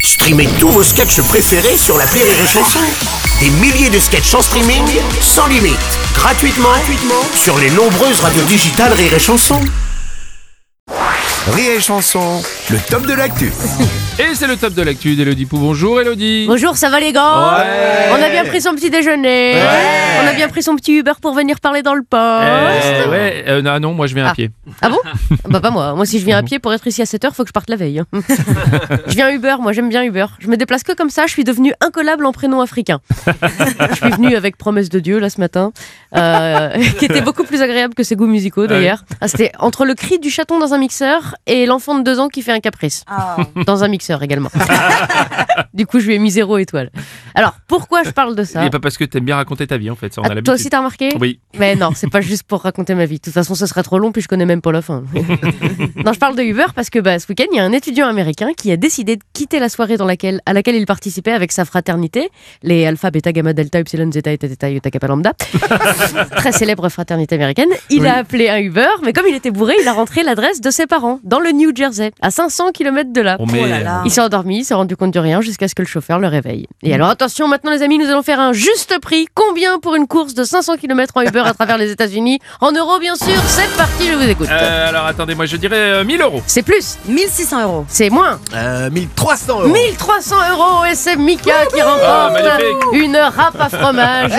Streamez tous vos sketchs préférés sur la Rire et Chanson. Des milliers de sketchs en streaming, sans limite, gratuitement, gratuitement sur les nombreuses radios digitales Rire et Chanson. Rire et chanson, le top de l'actu. Et c'est le top de l'actu d'Elodie Pou. Bonjour Elodie. Bonjour, ça va les gars On a bien pris son petit déjeuner. On a bien pris son petit Uber pour venir parler dans le poste. Eh ouais, euh, non, non, moi je viens à Ah. pied. Ah bon Bah pas moi. Moi si je viens Ah à pied pour être ici à 7h, faut que je parte la veille. hein. je viens Uber, moi j'aime bien Uber. Je me déplace que comme ça, je suis devenue incollable en prénom africain. je suis venue avec Promesse de Dieu là ce matin, euh, qui était beaucoup plus agréable que ses goûts musicaux d'ailleurs. Ah, C'était entre le cri du chaton dans un mixeur et l'enfant de 2 ans qui fait un caprice. Dans un mixeur également. du coup je lui ai mis zéro étoile. Alors pourquoi je parle de ça Et pas parce que t'aimes bien raconter ta vie en fait, ça on a Ah, Toi aussi l'habitude. t'as remarqué Oui. mais non, c'est pas juste pour raconter ma vie. De toute façon, ce serait trop long, puis je connais même pas la fin. non, je parle de Uber parce que bah, ce week-end, il y a un étudiant américain qui a décidé de quitter la soirée dans laquelle, à laquelle il participait avec sa fraternité, les Alpha, Beta, Gamma, Delta, Epsilon, Zeta, Eta, Theta, Iota, Kappa, Lambda. Très célèbre fraternité américaine. Il Oui. a appelé un Uber, mais comme il était bourré, il a rentré l'adresse de ses parents, dans le New Jersey, à 500 km de Oh là. On met Il s'est endormi, il s'est rendu compte de rien jusqu'à ce que le chauffeur le réveille. Et alors attention, maintenant les amis, nous allons faire un juste prix. Combien pour une course de 500 km en Uber à travers les États-Unis En euros bien sûr, c'est parti, je vous écoute. Euh, alors attendez, moi je dirais euh, 1000 euros. C'est plus, 1600 euros. c'est moins. Euh, Oh. 1300 euros. 1300 euros et c'est Mika qui remporte Ah, magnifique. une râpe à fromage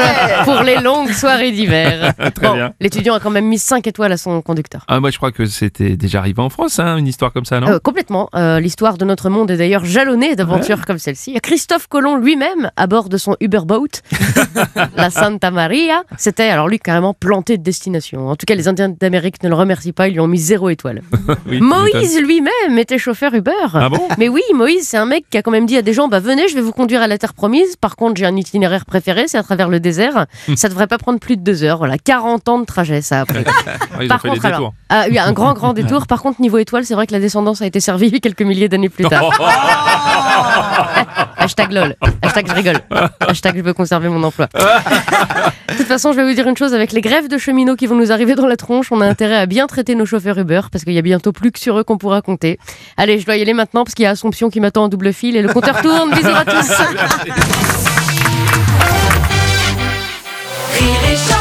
pour les longues soirées d'hiver. Très bien. L'étudiant a quand même mis 5 étoiles à son conducteur. Ah, moi je crois que c'était déjà arrivé en France, hein, une histoire comme ça, non Euh, complètement. Euh, L'histoire de notre monde est d'ailleurs jalonnée d'aventures comme celle-ci. Christophe Colomb lui-même, à bord de son Uberboat, la Santa Maria, c'était alors lui carrément planté de destination. En tout cas, les Indiens d'Amérique ne le remercient pas, ils lui ont mis zéro étoile. Oui, tu m'étonnes. Moïse lui-même était chauffeur Uber. Ah bon Mais oui, Moïse, c'est un mec qui a quand même dit à des gens bah venez, je vais vous conduire à la terre promise. Par contre, j'ai un itinéraire préféré, c'est à travers le désert. Hmm. Ça devrait pas prendre plus de deux heures. Voilà, 40 ans de trajet, ça a pris. Ah, Ils ont Par fait contre, des alors, détours. Ah, oui, un grand, grand détour. Par contre, niveau étoile, c'est vrai que la descendance a été servie quelques milliers d'années plus tard. Hashtag lol. Hashtag je rigole. Hashtag je veux conserver mon emploi. De toute façon, je vais vous dire une chose avec les grèves de cheminots qui vont nous arriver dans la tronche, on a intérêt à bien traiter nos chauffeurs Uber parce qu'il y a bientôt plus que sur eux qu'on pourra compter. Allez, je dois y aller maintenant parce qu'il y a Assomption qui m'attend en double fil et le compteur tourne. Bisous à tous. Rire et chanson.